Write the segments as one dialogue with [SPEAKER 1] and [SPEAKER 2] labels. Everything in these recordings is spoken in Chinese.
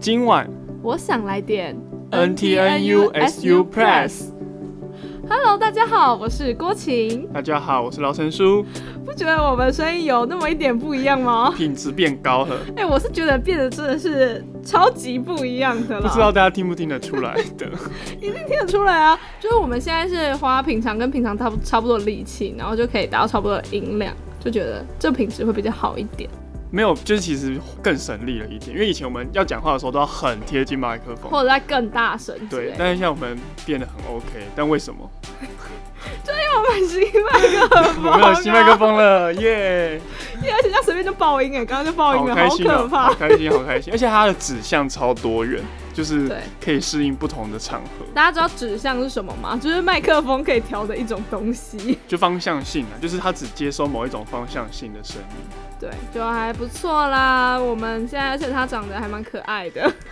[SPEAKER 1] 今晚
[SPEAKER 2] 我想来点
[SPEAKER 1] NTNUSU Press。
[SPEAKER 2] Hello，大家好，我是郭晴。
[SPEAKER 1] 大家好，我是老陈 叔，
[SPEAKER 2] 不觉得我们声音有那么一点不一样吗？
[SPEAKER 1] 品质变高了，
[SPEAKER 2] 哎、我是觉得变得真的是超级不一样的啦，
[SPEAKER 1] 不知道大家听不听得出来的。
[SPEAKER 2] 一定听得出来啊。就是我们现在是花平常跟平常差不差不多的力气，然后就可以达到差不多的音量，就觉得这品质会比较好一点，
[SPEAKER 1] 没有，就是其实更省力了一点，因为以前我们要讲话的时候都要很贴近麦克风。
[SPEAKER 2] 或者再更大声之类
[SPEAKER 1] 对
[SPEAKER 2] 的，。
[SPEAKER 1] 但是现在我们变得很 OK，但为什么？
[SPEAKER 2] 我们新麦克风，
[SPEAKER 1] 我们有新麦克，风了，耶、
[SPEAKER 2] 而且它随便就爆音哎，刚刚就爆音
[SPEAKER 1] 好
[SPEAKER 2] 了，
[SPEAKER 1] 开
[SPEAKER 2] 好哦
[SPEAKER 1] 心啊、
[SPEAKER 2] 可怕
[SPEAKER 1] 好。开心，好开心！而且它的指向超多元，就是
[SPEAKER 2] 对
[SPEAKER 1] 可以适应不同的场合，
[SPEAKER 2] 大家知道指向是什么吗？就是麦克风可以调的一种东西。
[SPEAKER 1] 就方向性啊，就是它只接收某一种方向性的声音。
[SPEAKER 2] 对，就还不错啦。我们现在，而且它长得还蛮可爱的，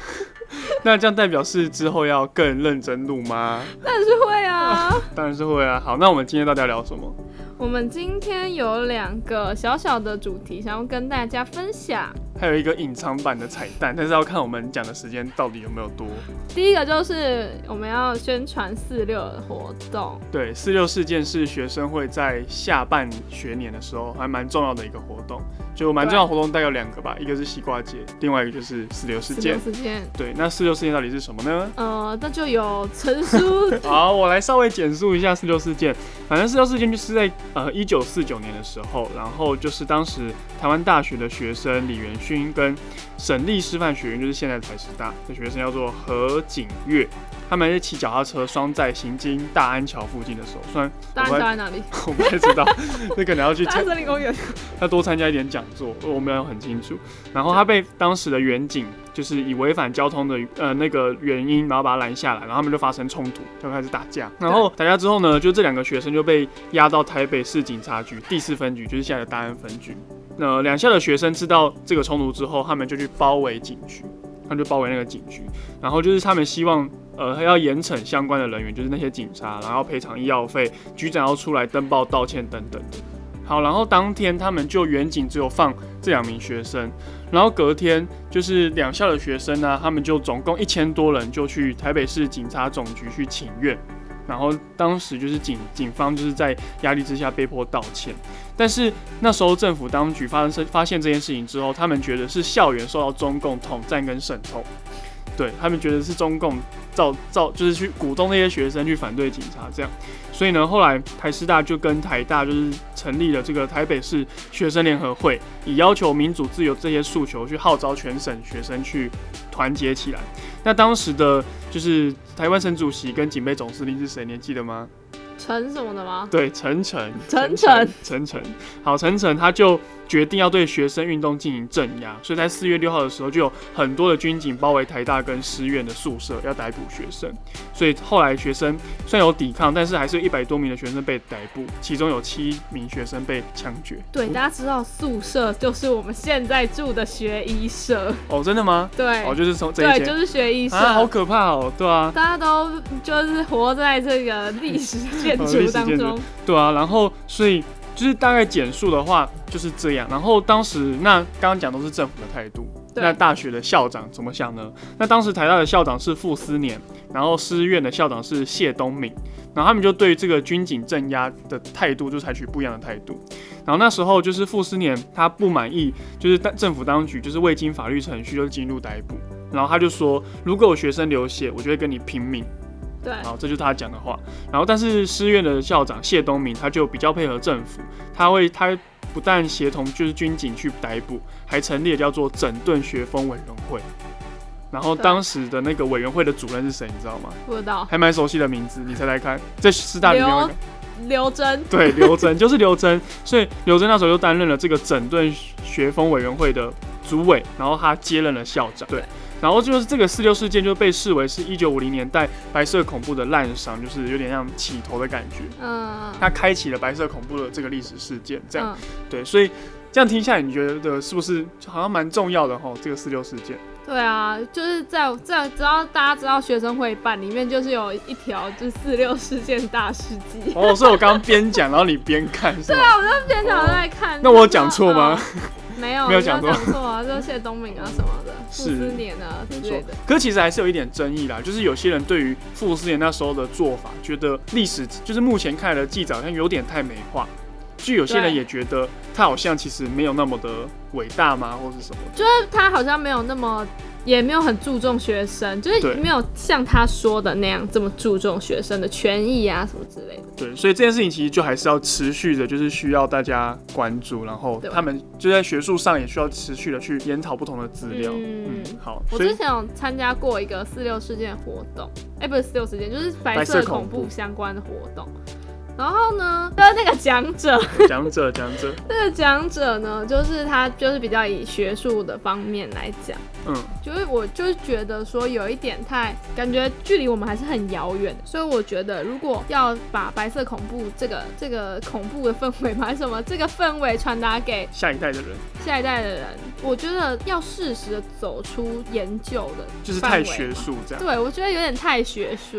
[SPEAKER 1] 那这样代表是之后要更认真录吗？
[SPEAKER 2] 但是会 啊。
[SPEAKER 1] 当然是会啊。好，那我们今天到底要聊什么？
[SPEAKER 2] 我们今天有两个小小的主题想要跟大家分享。
[SPEAKER 1] 还有一个隐藏版的彩蛋，但是要看我们讲的时间到底有没有多。
[SPEAKER 2] 第一个就是我们要宣传四六的活动，
[SPEAKER 1] 对，四六事件是学生会在下半学年的时候还蛮重要的一个活动，就蛮重要的活动大概有两个吧，一个是西瓜节，另外一个就是四六事
[SPEAKER 2] 四六
[SPEAKER 1] 件。
[SPEAKER 2] 时间。
[SPEAKER 1] 对，那四六事件到底是什么呢？
[SPEAKER 2] 呃，那就有 陈叔
[SPEAKER 1] 好，我来稍微简述一下四六事件。反正四六事件就是在呃一九四九年的时候，然后就是当时台湾大学的学生李元勋跟省立师范学院，就是现在的台师大的学生叫做何景岳，他们在骑脚踏车双载行经大安桥附近的时候，虽然
[SPEAKER 2] 大家知道在哪里？
[SPEAKER 1] 我不太 知道，这可能要去
[SPEAKER 2] 大
[SPEAKER 1] 参
[SPEAKER 2] 安森林公园。
[SPEAKER 1] 要多参加一点讲座，我没有很清楚。然后他被当时的远景就是以违反交通的呃那个原因，然后把他拦下来，然后他们就发生冲突，就开始打架。然后打架之后呢，就这两个学生就被押到台北市警察局第四分局，就是现在的大安分局。那两校的学生知道这个冲突之后，他们就去包围警局，他们就包围那个警局，然后就是他们希望。呃，要严惩相关的人员，就是那些警察，然后赔偿医药费，局长要出来登报道歉等等的。好，然后当天他们就远景只有放这两名学生，然后隔天就是两校的学生呢、他们就总共一千多人就去台北市警察总局去请愿，然后当时就是警警方就是在压力之下被迫道歉，但是那时候政府当局发生发现这件事情之后，他们觉得是校园受到中共统战跟渗透，对他们觉得是中共造造就是去鼓动那些学生去反对警察这样。所以呢，后来台师大就跟台大就是成立了这个台北市学生联合会，以要求民主自由这些诉求去号召全省学生去团结起来。那当时的就是台湾省主席跟警备总司令是谁？你还记得吗？
[SPEAKER 2] 陈什么的吗？
[SPEAKER 1] 对，陈诚，
[SPEAKER 2] 陈诚
[SPEAKER 1] 陈诚，好，陈诚他就决定要对学生运动进行镇压，所以在四月六号的时候，就有很多的军警包围台大跟师院的宿舍，要逮捕学生。所以后来学生虽然有抵抗，但是还是有一百多名的学生被逮捕，其中有七名学生被枪决。
[SPEAKER 2] 对，大家知道宿舍就是我们现在住的学医社，
[SPEAKER 1] 哦，真的吗？
[SPEAKER 2] 对，
[SPEAKER 1] 哦，就是从这一
[SPEAKER 2] 对，
[SPEAKER 1] 间、
[SPEAKER 2] 就是学医社。
[SPEAKER 1] 啊，好可怕哦，对啊，
[SPEAKER 2] 大家都就是活在这个历史建
[SPEAKER 1] 哦历
[SPEAKER 2] 筑
[SPEAKER 1] 史
[SPEAKER 2] 当
[SPEAKER 1] 建筑
[SPEAKER 2] 中，
[SPEAKER 1] 对啊，然后所以就是大概简述的话就是这样。然后当时那刚刚讲都是政府的态度，
[SPEAKER 2] 对
[SPEAKER 1] 那大学的校长怎么想呢？那当时台大的校长是傅斯年，然后师院的校长是谢东闵，然后他们就对这个军警镇压的态度就采取不一样的态度。然后那时候就是傅斯年他不满意，就是当政府当局就是未经法律程序就进入逮捕，然后他就说如果有学生流血，我就会跟你拼命。
[SPEAKER 2] 对，
[SPEAKER 1] 好，这就是他讲的话。然后，但是师院的校长谢东明他就比较配合政府，他会他不但协同就是军警去逮捕，还成立了叫做整顿学风委员会。然后
[SPEAKER 2] 对
[SPEAKER 1] 当时的那个委员会的主任是谁，你知道吗？
[SPEAKER 2] 不知道
[SPEAKER 1] 还蛮熟悉的名字，你猜猜看，在师大里面会
[SPEAKER 2] 刘刘真
[SPEAKER 1] 对，刘真就是刘真，所以刘真那时候就担任了这个整顿学风委员会的主委，然后他接任了校长。对，然后就是这个四六事件就被视为是一九五零年代白色恐怖的滥觞，就是有点像起头的感觉，
[SPEAKER 2] 嗯，
[SPEAKER 1] 它开启了白色恐怖的这个历史事件。这样，
[SPEAKER 2] 嗯，
[SPEAKER 1] 对，所以这样听下来，你觉得是不是好像蛮重要的哈？这个四六事件，
[SPEAKER 2] 对啊，就是在在知道大家知道学生会办里面就是有一条就是四六事件大事记，
[SPEAKER 1] 哦哦，所以我刚刚边讲，然后你边看，是吗？
[SPEAKER 2] 现场在看，呃
[SPEAKER 1] 那我讲错吗？
[SPEAKER 2] 没有
[SPEAKER 1] 没有讲错
[SPEAKER 2] 错，讲错啊，就谢东敏啊什么的，
[SPEAKER 1] 是
[SPEAKER 2] 傅斯年啊之
[SPEAKER 1] 没错
[SPEAKER 2] 类的。，
[SPEAKER 1] 可是其实还是有一点争议啦，就是有些人对于傅斯年那时候的做法，觉得历史就是目前看来的记载好像有点太美化，就有些人
[SPEAKER 2] 对
[SPEAKER 1] 也觉得他好像其实没有那么的伟大吗，或是什么的？
[SPEAKER 2] 他好像没有那么，也没有很注重学生，就
[SPEAKER 1] 对
[SPEAKER 2] 是没有像他说的那样这么注重学生的权益啊什么之类的。
[SPEAKER 1] 对，所以这件事情其实就还是要持续的，就是需要大家关注，然后
[SPEAKER 2] 对
[SPEAKER 1] 他们就在学术上也需要持续的去研讨不同的资料。嗯
[SPEAKER 2] 嗯
[SPEAKER 1] 好，所
[SPEAKER 2] 我之
[SPEAKER 1] 以
[SPEAKER 2] 前有参加过一个四六事件活动，哎、不是四六事件，就是白
[SPEAKER 1] 白
[SPEAKER 2] 色
[SPEAKER 1] 色恐
[SPEAKER 2] 恐怖
[SPEAKER 1] 怖
[SPEAKER 2] 相关的活动。然后呢，就是那个讲者，
[SPEAKER 1] 讲者讲者，
[SPEAKER 2] 那个讲者呢，就是他就是比较以学术的方面来讲，
[SPEAKER 1] 嗯，
[SPEAKER 2] 就是我就是觉得说有一点太感觉距离我们还是很遥远，所以我觉得如果要把白色恐怖这个这个恐怖的氛围嘛， 还是什么这个氛围传达给
[SPEAKER 1] 下一代的人
[SPEAKER 2] 下一代的人，我觉得要适时的走出研究的
[SPEAKER 1] 就是
[SPEAKER 2] 范
[SPEAKER 1] 太
[SPEAKER 2] 围
[SPEAKER 1] 学术这样。
[SPEAKER 2] 对，我觉得有点太学术，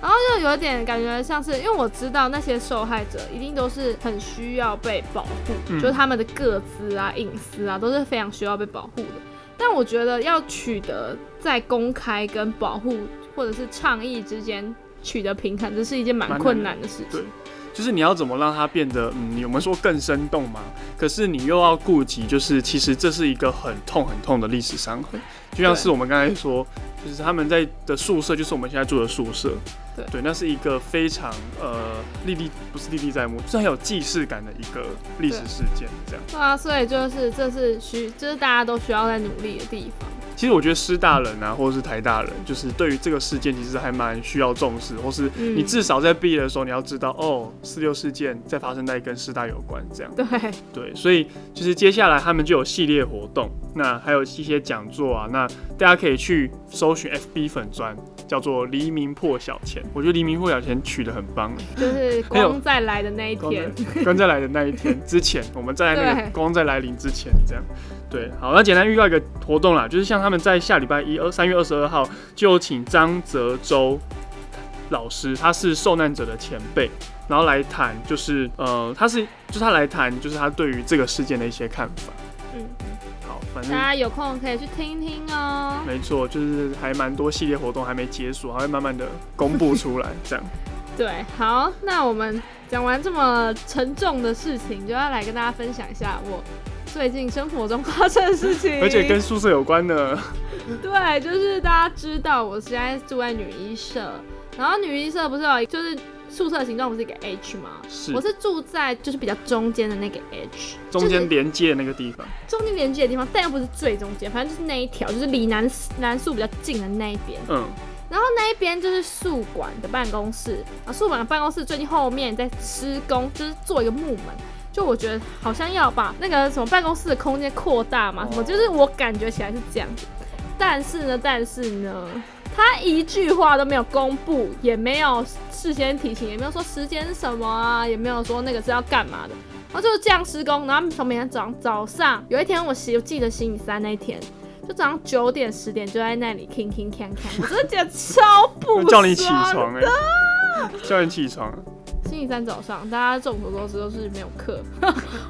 [SPEAKER 2] 然后就有点感觉像是，因为我知道那些受害者一定都是很需要被保护，
[SPEAKER 1] 嗯
[SPEAKER 2] 就是他们的个资啊、隐私啊都是非常需要被保护的。但我觉得要取得在公开跟保护或者是倡议之间取得平衡，这是一件蛮
[SPEAKER 1] 蛮
[SPEAKER 2] 困
[SPEAKER 1] 难
[SPEAKER 2] 难的事
[SPEAKER 1] 对
[SPEAKER 2] 情。
[SPEAKER 1] 就是你要怎么让它变得，嗯，我们说更生动嘛？可是你又要顾及，就是其实这是一个很痛很痛的历史伤痕，就像
[SPEAKER 2] 对
[SPEAKER 1] 是我们刚才说，就是他们在的宿舍，就是我们现在住的宿舍，
[SPEAKER 2] 对
[SPEAKER 1] 那是一个非常呃历历不是历历在目，就是很有既视感的一个历史
[SPEAKER 2] 对
[SPEAKER 1] 事件。这样，
[SPEAKER 2] 对啊，所以就是这是需，这、是大家都需要在努力的地方。
[SPEAKER 1] 其实我觉得师大人啊，或者是台大人，就是对于这个事件其实还蛮需要重视，或是
[SPEAKER 2] 嗯
[SPEAKER 1] 你至少在毕业的时候，你要知道哦，四六事件在发生在跟师大有关这样。
[SPEAKER 2] 对，
[SPEAKER 1] 对，所以就是接下来他们就有系列活动，那还有一些讲座啊，那大家可以去搜寻 FB 粉砖，叫做“黎明破晓前”。我觉得“黎明破晓前”取得很棒，
[SPEAKER 2] 就是
[SPEAKER 1] 还有
[SPEAKER 2] 光再来的那一
[SPEAKER 1] 光
[SPEAKER 2] 天，
[SPEAKER 1] 在光在来的那一天之前，我们在那个
[SPEAKER 2] 对
[SPEAKER 1] 光在来临之前，这样。对，好，那简单预告一个活动啦，就是像他们在下礼拜一二三月二十二号就请张泽洲老师，他是受难者的前辈，然后来谈，就是呃，他是就是他来谈，就是他对于这个事件的一些看法。
[SPEAKER 2] 嗯，
[SPEAKER 1] 好，反
[SPEAKER 2] 大
[SPEAKER 1] 正
[SPEAKER 2] 家有空可以去听听哦。
[SPEAKER 1] 没错，就是还蛮多系列活动还没结束，还会慢慢的公布出来。这样，
[SPEAKER 2] 对，好，那我们讲完这么沉重的事情，就要来跟大家分享一下我最近生活中发生的事 情。
[SPEAKER 1] 而且跟宿舍有关的，
[SPEAKER 2] 对，就是大家知道我现在住在女一社，然后女一社不是有一就是宿舍形状不是一个 H 吗？
[SPEAKER 1] 是
[SPEAKER 2] 我是住在就是比较中间的那个 H，
[SPEAKER 1] 中
[SPEAKER 2] 就
[SPEAKER 1] 间
[SPEAKER 2] 是
[SPEAKER 1] 连接的那个地方，
[SPEAKER 2] 中间连接的地方，但又不是最中间，反正就是那一条，就是离南南宿比较近的那一边。
[SPEAKER 1] 嗯，
[SPEAKER 2] 然后那一边就是宿管的办公室啊，宿管的办公室最近后面在施工，就是做一个木门。就我觉得好像要把那个什么办公室的空间扩大嘛，什么，
[SPEAKER 1] 哦
[SPEAKER 2] 就是我感觉起来是这样子。但是呢，但是呢，他一句话都没有公布，也没有事先提醒，也没有说时间是什么啊，也没有说那个是要干嘛的。然后就是这样施工，然后从每天早早上，有一天我记记得星期三那一天，就早上九点十点就在那里 king king king king，我真的觉得超不
[SPEAKER 1] 叫你起
[SPEAKER 2] 爽
[SPEAKER 1] 床哎、叫你起床，
[SPEAKER 2] 星期三早上，大家众所周知都是没有课，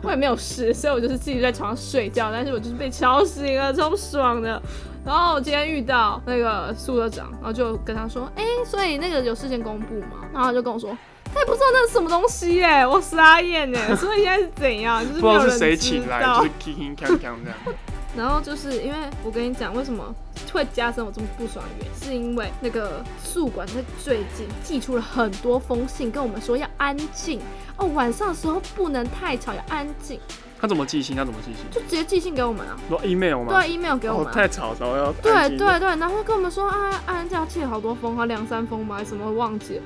[SPEAKER 2] 我也没有事，所以我就是自己在床上睡觉，但是我就是被吵醒了，超爽的。然后我今天遇到那个宿舍长，然后就跟他说，哎、所以那个有事先公布吗？然后他就跟我说，他也不知道那是什么东西耶、我傻眼耶、所以现在是怎样？就是
[SPEAKER 1] 不
[SPEAKER 2] 没
[SPEAKER 1] 知
[SPEAKER 2] 有
[SPEAKER 1] 道
[SPEAKER 2] 人
[SPEAKER 1] 是谁起来，
[SPEAKER 2] 知道
[SPEAKER 1] 就是 kicking k a n k a n 这 样。
[SPEAKER 2] 然后就是因为我跟你讲，为什么会加深我这么不爽的原因，是因为那个宿管在最近寄出了很多封信，跟我们说要安静哦，晚上的时候不能太吵，要安静，
[SPEAKER 1] 他怎么记性？他怎么记性？
[SPEAKER 2] 就直接寄信给我们啊，
[SPEAKER 1] 说 email 吗？
[SPEAKER 2] 对啊，email 给我
[SPEAKER 1] 哦，
[SPEAKER 2] 们啊、
[SPEAKER 1] 太吵了，要安
[SPEAKER 2] 对
[SPEAKER 1] 静
[SPEAKER 2] 对对，啊然后跟我们说啊，安家寄了好多封啊，两三封吧，什么忘记了，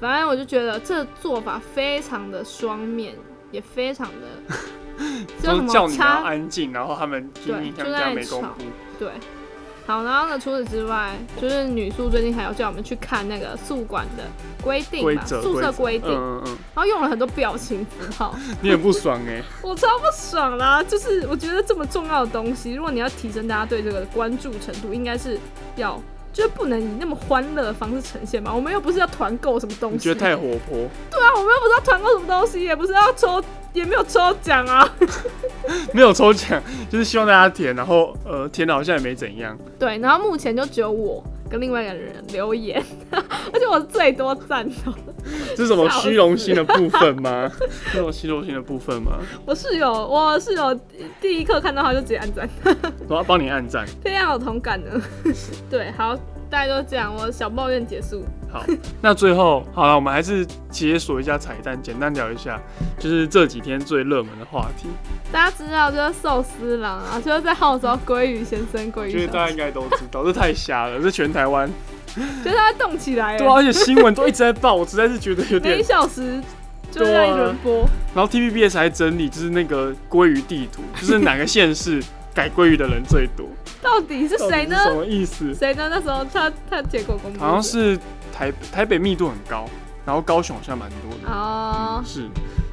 [SPEAKER 2] 反正我就觉得这做法非常的双面，也非常的 就什
[SPEAKER 1] 都叫
[SPEAKER 2] 么
[SPEAKER 1] 你要
[SPEAKER 2] 差
[SPEAKER 1] 安静，然后他们 kicking k a
[SPEAKER 2] 对就
[SPEAKER 1] n k a
[SPEAKER 2] 在那
[SPEAKER 1] n
[SPEAKER 2] 里
[SPEAKER 1] 没公
[SPEAKER 2] 吵
[SPEAKER 1] 布，
[SPEAKER 2] 对，好，然后呢，除此之外，就是女宿最近还有叫我们去看那个宿管的规定
[SPEAKER 1] 规
[SPEAKER 2] 吧，
[SPEAKER 1] 则
[SPEAKER 2] 宿舍
[SPEAKER 1] 则
[SPEAKER 2] 规定，
[SPEAKER 1] 嗯嗯
[SPEAKER 2] 然后用了很多表情符号，
[SPEAKER 1] 嗯，你很不爽哎、
[SPEAKER 2] 我超不爽啦！就是我觉得这么重要的东西，如果你要提升大家对这个的关注程度，应该是要就是不能以那么欢乐的方式呈现嘛。我们又不是要团购什么 东
[SPEAKER 1] 你
[SPEAKER 2] 西，
[SPEAKER 1] 觉得太活泼，
[SPEAKER 2] 对啊，我们又不是要团购什么东西，也不是要抽，也没有抽奖啊。
[SPEAKER 1] 没有抽奖，就是希望大家填，然后呃填的好像也没怎样，
[SPEAKER 2] 对，然后目前就只有我跟另外一个人留言， 而且我是最多赞的。
[SPEAKER 1] 这是什么
[SPEAKER 2] 笑死
[SPEAKER 1] 虚荣心的部分 吗？这种虚荣心的部分吗？
[SPEAKER 2] 我室友，我室友第一刻看到他就直接按赞，
[SPEAKER 1] 我要帮你按赞。
[SPEAKER 2] 非常有同感呢。 对，好，大家都这样，我小抱怨结束。
[SPEAKER 1] 好，那最后好了，我们还是解锁一下彩蛋，简单聊一下，就是这几天最热门的话题，
[SPEAKER 2] 大家知道就是寿司郎啊，就是在号召鲑鱼先生、鲑
[SPEAKER 1] 我
[SPEAKER 2] 鱼
[SPEAKER 1] 觉得
[SPEAKER 2] 小
[SPEAKER 1] 大家
[SPEAKER 2] 姐，
[SPEAKER 1] 应该都知道，这太瞎 了，这全台湾，
[SPEAKER 2] 就是他动起来
[SPEAKER 1] 对啊，
[SPEAKER 2] 了，
[SPEAKER 1] 而且新闻都一直在报，我实在是觉得有
[SPEAKER 2] 每一
[SPEAKER 1] 点。啊
[SPEAKER 2] 小时就在轮播。
[SPEAKER 1] 然后 TVBS 还整理就是那个鲑鱼地图，就是哪个县市改鲑鱼的人最多，
[SPEAKER 2] 到底是 谁呢
[SPEAKER 1] 到底是？什么意思？
[SPEAKER 2] 谁呢？那时候他他结果公布的
[SPEAKER 1] 好像是台台北密度很高，然后高雄好像蛮多的。
[SPEAKER 2] 哦，
[SPEAKER 1] 是，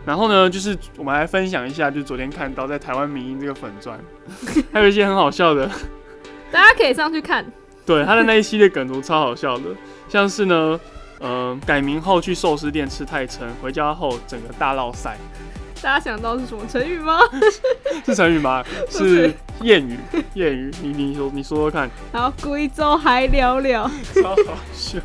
[SPEAKER 1] 然后呢，就是我们来分享一下，就是昨天看到在台湾民音这个粉砖， 还有一些很好笑的，
[SPEAKER 2] 大家可以上去看。
[SPEAKER 1] 对他的那一系列梗图超好笑的，像是呢，呃，改名后去寿司店吃太撑，回家后整个大落塞，
[SPEAKER 2] 大家想到是什么成语吗？
[SPEAKER 1] 是成语 吗？
[SPEAKER 2] 不
[SPEAKER 1] 是
[SPEAKER 2] 是
[SPEAKER 1] 谚语，谚语，你你说你说说看，
[SPEAKER 2] 然后龟州还聊聊，
[SPEAKER 1] 超好笑。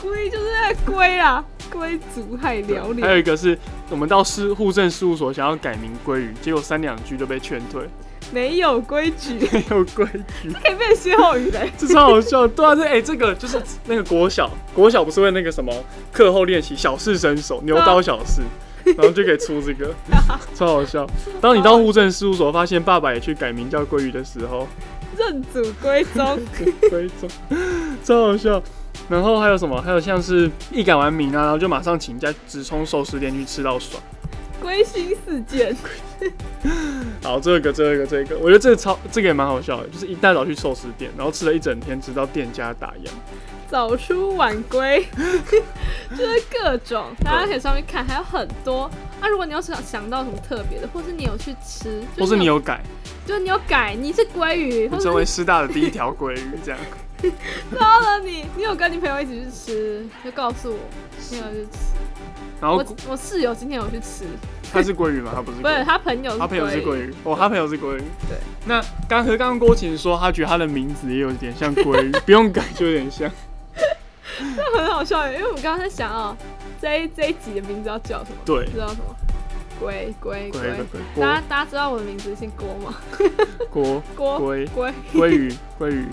[SPEAKER 2] 龟就是那个龟啦，龟族还聊
[SPEAKER 1] 还有
[SPEAKER 2] 聊，
[SPEAKER 1] 一个是我们到市户政事务所想要改名鲑鱼，结果三两句就被劝退，
[SPEAKER 2] 没有规矩，
[SPEAKER 1] 没有鲑鱼。
[SPEAKER 2] 可以变歇后语嘞。
[SPEAKER 1] 这超好笑，对啊，这哎、这个就是那个国小，国小不是会那个什么课后练习小试身手，牛刀小 试，然后就可以出这 个，超好笑。当你到户政事务所发现爸爸也去改名叫鲑鱼的时候，
[SPEAKER 2] 认祖归 宗，
[SPEAKER 1] 归宗，超好笑。然后还有什么？还有像是一改完名啊，然后就马上请假直冲寿司店去吃到爽。
[SPEAKER 2] 归心似箭。
[SPEAKER 1] 好，这个这个这个，我觉得这个超这个也蛮好笑的，就是一大早去寿司店，然后吃了一整天，直到店家打烊。
[SPEAKER 2] 早出晚归， 就是各种，大家可以上面看，还有很多。啊，如果你有想想到什么特别的，或是你有去吃，就
[SPEAKER 1] 或是你，有改，
[SPEAKER 2] 就是你有改，你是 鲑鱼，或
[SPEAKER 1] 你
[SPEAKER 2] 是
[SPEAKER 1] 成为师大的第一条鲑鱼这 样。
[SPEAKER 2] 到了你，你有跟你朋友一起去吃，就告诉我，你有去吃。
[SPEAKER 1] 然后
[SPEAKER 2] 我我室友今天有去吃，
[SPEAKER 1] 他是鲑鱼吗？他不是
[SPEAKER 2] 不
[SPEAKER 1] 鲑
[SPEAKER 2] 是
[SPEAKER 1] 鱼，
[SPEAKER 2] 他朋友，
[SPEAKER 1] 他朋友是鲑
[SPEAKER 2] 鱼，
[SPEAKER 1] 鱼，哦，他朋友是鲑鱼。
[SPEAKER 2] 对，
[SPEAKER 1] 那刚和刚刚郭琴说，他觉得他的名字也有点像鲑 鱼，不用改就有点像。
[SPEAKER 2] 那 很好笑耶，欸因为我们刚刚在想啊，这一这一集的名字要叫什么？
[SPEAKER 1] 对
[SPEAKER 2] 知道什么？龟龟
[SPEAKER 1] 鲑鱼
[SPEAKER 2] 龟。大
[SPEAKER 1] 鲑
[SPEAKER 2] 家大家知道我的名字姓郭吗？
[SPEAKER 1] 郭郭
[SPEAKER 2] 郭
[SPEAKER 1] 鲑
[SPEAKER 2] 龟，
[SPEAKER 1] 鲑鱼鲑鱼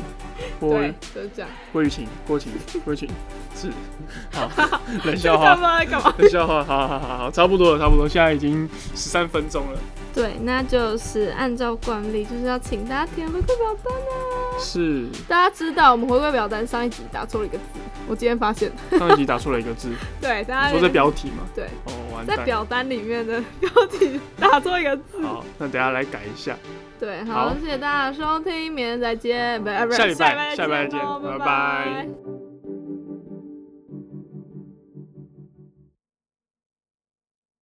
[SPEAKER 1] 郭
[SPEAKER 2] 对，就是 这样。
[SPEAKER 1] 鲑鱼琴郭琴郭琴是 好 冷
[SPEAKER 2] 这
[SPEAKER 1] 笑
[SPEAKER 2] 个干
[SPEAKER 1] 话。
[SPEAKER 2] 嘛在 干嘛？
[SPEAKER 1] 冷笑话，好好好好，差不多了，差不多，现在已经十三分钟了。
[SPEAKER 2] 对，那就是按照惯例，就是要请大家填回馈表单啊。
[SPEAKER 1] 是
[SPEAKER 2] 大家知道我们回馈表单上一集打错了一个字，我今天 发现。
[SPEAKER 1] 上一集打错了一个字， 你
[SPEAKER 2] 对，大家
[SPEAKER 1] 说在标题吗？
[SPEAKER 2] 对，
[SPEAKER 1] 哦，完
[SPEAKER 2] 在
[SPEAKER 1] 蛋。
[SPEAKER 2] 表单里面的标题打错一个 字。
[SPEAKER 1] 好，那等一下来改一下。
[SPEAKER 2] 对，好，
[SPEAKER 1] 好
[SPEAKER 2] 谢谢大家的收听，明天再见，拜拜，
[SPEAKER 1] 下礼拜
[SPEAKER 2] 下礼
[SPEAKER 1] 下礼拜
[SPEAKER 2] 见
[SPEAKER 1] 见
[SPEAKER 2] 喽，
[SPEAKER 1] 拜
[SPEAKER 2] 拜
[SPEAKER 1] 拜
[SPEAKER 2] 拜